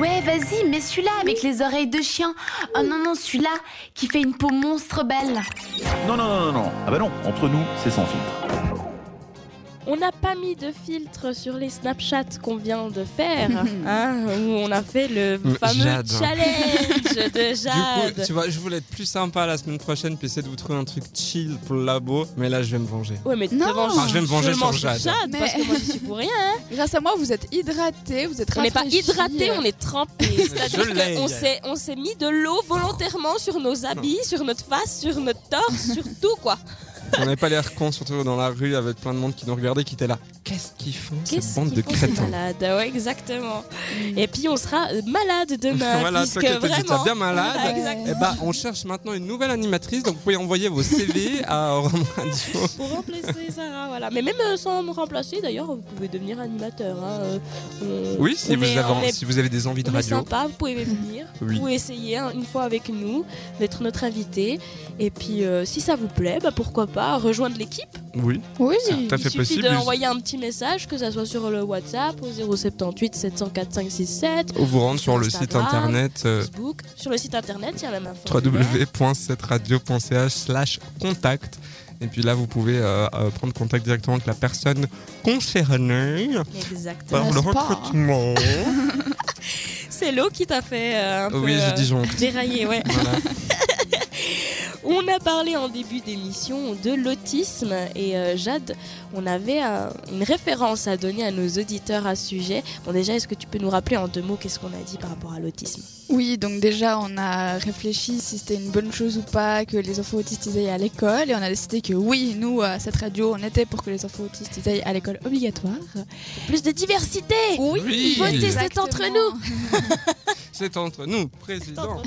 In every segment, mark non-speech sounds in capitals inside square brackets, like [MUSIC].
Ouais, vas-y, mets celui-là avec les oreilles de chien. Oh non, non, celui-là qui fait une peau monstre belle. Non, non, non, non, non. Ah bah non, entre nous, c'est sans filtre. On n'a pas mis de filtre sur les Snapchats qu'on vient de [LAUGHS] faire, Ah. hein, où on a fait le Mm, fameux Jade. challenge de [LAUGHS] Du Jade. coup, tu vois, je voulais être plus sympa la semaine prochaine, puis essayer de vous trouver un truc chill pour le labo, mais là je vais me venger. Ouais, mais tu Non. te venges. Enfin, Ah, je vais me venger Je sur mange Jade. Mais- parce que moi je suis pour rien. hein. Grâce à moi, vous êtes hydraté, vous êtes On n'est pas rafraîchis. euh. hydraté, on est trempé. C'est-à-dire l'ai, qu'on Jade. s'est, on s'est mis de l'eau volontairement sur nos habits, sur notre face, sur notre torse, sur tout quoi. On n'avait pas l'air con, surtout dans la rue avec plein de monde qui nous regardait, qui était là. Qu'est-ce qu'ils font ces Qu'est-ce bandes de qu'ils font, ces crétins malades Ouais, exactement. Mm. Et puis on sera euh, malade [LAUGHS] demain. Voilà, puisque toi qui étais déjà vraiment. bien malade. Ah, exact. Eh ben, on cherche maintenant une nouvelle animatrice, donc vous pouvez envoyer vos CV à Rome Radio. Pour remplacer Sarah, voilà. Mais même euh, sans me remplacer, d'ailleurs, vous pouvez devenir animateur. hein, euh, on- Oui, si on vous, est- on avez, est- si vous avez des envies de on est radio. sympa, vous pouvez venir, [LAUGHS] Oui. vous pouvez essayer hein, une fois avec nous d'être notre invité. Et puis, euh, si ça vous plaît, bah, pourquoi pas rejoindre l'équipe. Oui, Oui. tout à Il fait suffit possible. d'envoyer un petit message, que ça soit sur le WhatsApp au 078 704 567, Ou vous rendre sur le Instagram, site internet euh, Facebook, sur le site internet, il y a la même info. www.cetteradio.ch slash contact. Et puis là, vous pouvez euh, euh, prendre contact directement avec la personne concernée Exactement. par le N'est-ce pas recrutement. C'est l'eau qui t'a fait euh, [LAUGHS] un peu, Oui, euh, j'ai dit [LAUGHS] Jean. dérailler, ouais. Voilà. On a parlé en début d'émission de l'autisme et euh, Jade, on avait un- une référence à donner à nos auditeurs à ce sujet. Bon déjà, est-ce que tu peux nous rappeler en deux mots qu'est-ce qu'on a dit par rapport à l'autisme Oui, donc déjà, on a réfléchi si c'était une bonne chose ou pas que les enfants autistes ils aillent à l'école. Et on a décidé que oui, nous, à cette radio, on était pour que les enfants autistes ils aillent à l'école obligatoire. Plus de diversité Oui, Oui. votez, c'est entre nous C'est entre nous, président.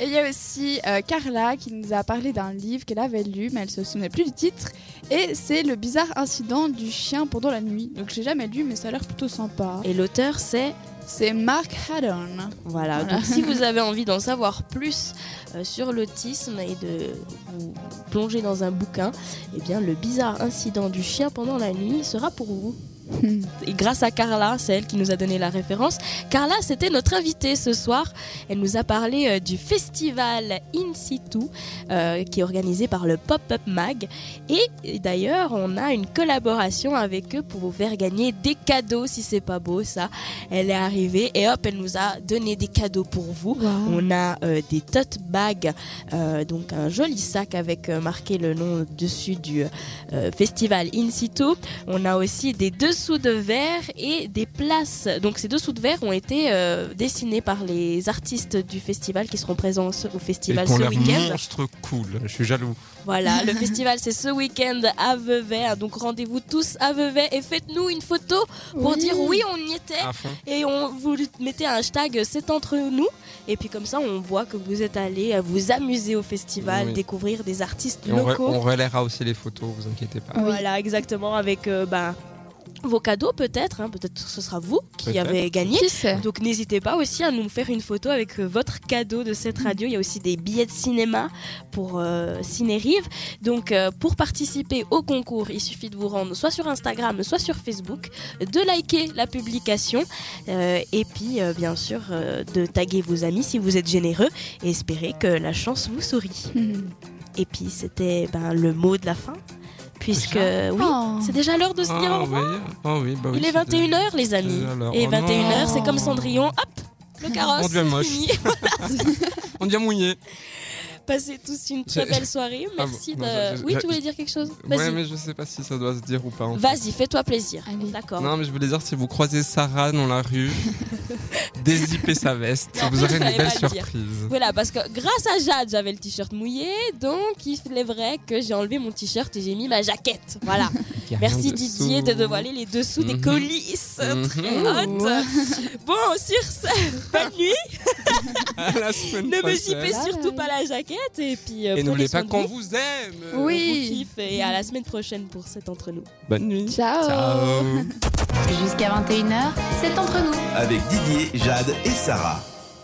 Et il y a aussi euh, Carla qui nous a parlé d'un livre qu'elle avait lu, mais elle se souvenait plus du titre. Et c'est Le bizarre incident du chien pendant la nuit. Donc j'ai jamais lu, mais ça a l'air plutôt sympa. Et l'auteur, c'est C'est Mark Haddon. Voilà, donc si vous avez envie d'en savoir plus euh, sur l'autisme et de vous plonger dans un bouquin, eh bien le bizarre incident du chien pendant la nuit sera pour vous. Hmm. Et grâce à Carla, c'est elle qui nous a donné la référence. Carla, c'était notre invitée ce soir. Elle nous a parlé euh, du festival In Situ euh, qui est organisé par le Pop-Up Mag. Et, et d'ailleurs, on a une collaboration avec eux pour vous faire gagner des cadeaux si c'est pas beau ça. Elle est arrivée et hop, elle nous a donné des cadeaux pour vous. On a euh, des tote bags, euh, donc un joli sac avec euh, marqué le nom dessus du euh, festival In Situ. On a aussi des dessous de verre et des places. Donc ces dessous de verre ont été euh, dessinés par les artistes du festival qui seront présents ce- au Et festival qu'on ce l'a week-end. monstre cool. Je suis jaloux. Voilà, le festival c'est ce week-end à Vevey, donc rendez-vous tous à Vevey et faites-nous une photo pour dire oui on y était À fond. et on vous mettez un hashtag c'est entre nous et puis comme ça on voit que vous êtes allés vous amuser au festival, Oui. découvrir des artistes Et on, re- locaux. on relaiera aussi les photos, vous inquiétez pas. Voilà, exactement avec euh, bah, vos cadeaux peut-être, hein, peut-être ce sera vous qui Peut-être. avez gagné. Qui sait Donc n'hésitez pas aussi à nous faire une photo avec euh, votre cadeau de cette radio. Il y a aussi des billets de cinéma pour euh, Cinérive. Donc euh, pour participer au concours, il suffit de vous rendre soit sur Instagram, soit sur Facebook, de liker la publication euh, et puis euh, bien sûr euh, de taguer vos amis si vous êtes généreux et espérer que la chance vous sourit. Et puis c'était ben, le mot de la fin puisque oui, Oh. c'est déjà l'heure de se dire au Ah revoir. oui, ah oui, bah oui, Il est c'est 21h les amis. déjà l'heure. Et Oh 21h non. c'est comme Cendrillon, hop, le carrosse. On devient c'est moche. fini. [LAUGHS] On devient mouillé. Passez tous une très Je- belle soirée. Ah Merci bon, non, de... je- je- oui, je- tu voulais dire quelque chose Vas-y, Ouais, mais je sais pas si ça doit se dire ou pas. en fait. vas-y, fais-toi plaisir. Allez. D'accord. Non, mais je voulais dire, si vous croisez Sarah dans [LAUGHS] la rue, dézippez sa veste. Non, vous aurez fallait une belle pas le dire. surprise. Voilà, parce que grâce à Jade, j'avais le t-shirt mouillé, donc il est vrai que j'ai enlevé mon t-shirt et j'ai mis ma jaquette. [LAUGHS] Voilà. Il y a Merci rien dessous. Didier de dévoiler les dessous des Mhm. coulisses très Mhm. hautes. Bon, sur ce, bonne [LAUGHS] nuit. [LAUGHS] À la semaine Ne me prochaine. jipez Bye surtout bye. pas la jaquette et puis euh, Et prenez n'oubliez soin pas de qu'on vous. vous aime. On vous Oui. kiffe et à la semaine prochaine pour cet entre nous. Bonne nuit. Ciao. Ciao. Oh. Jusqu'à 21h, c'est entre nous. Avec Didier, Jade et Sarah.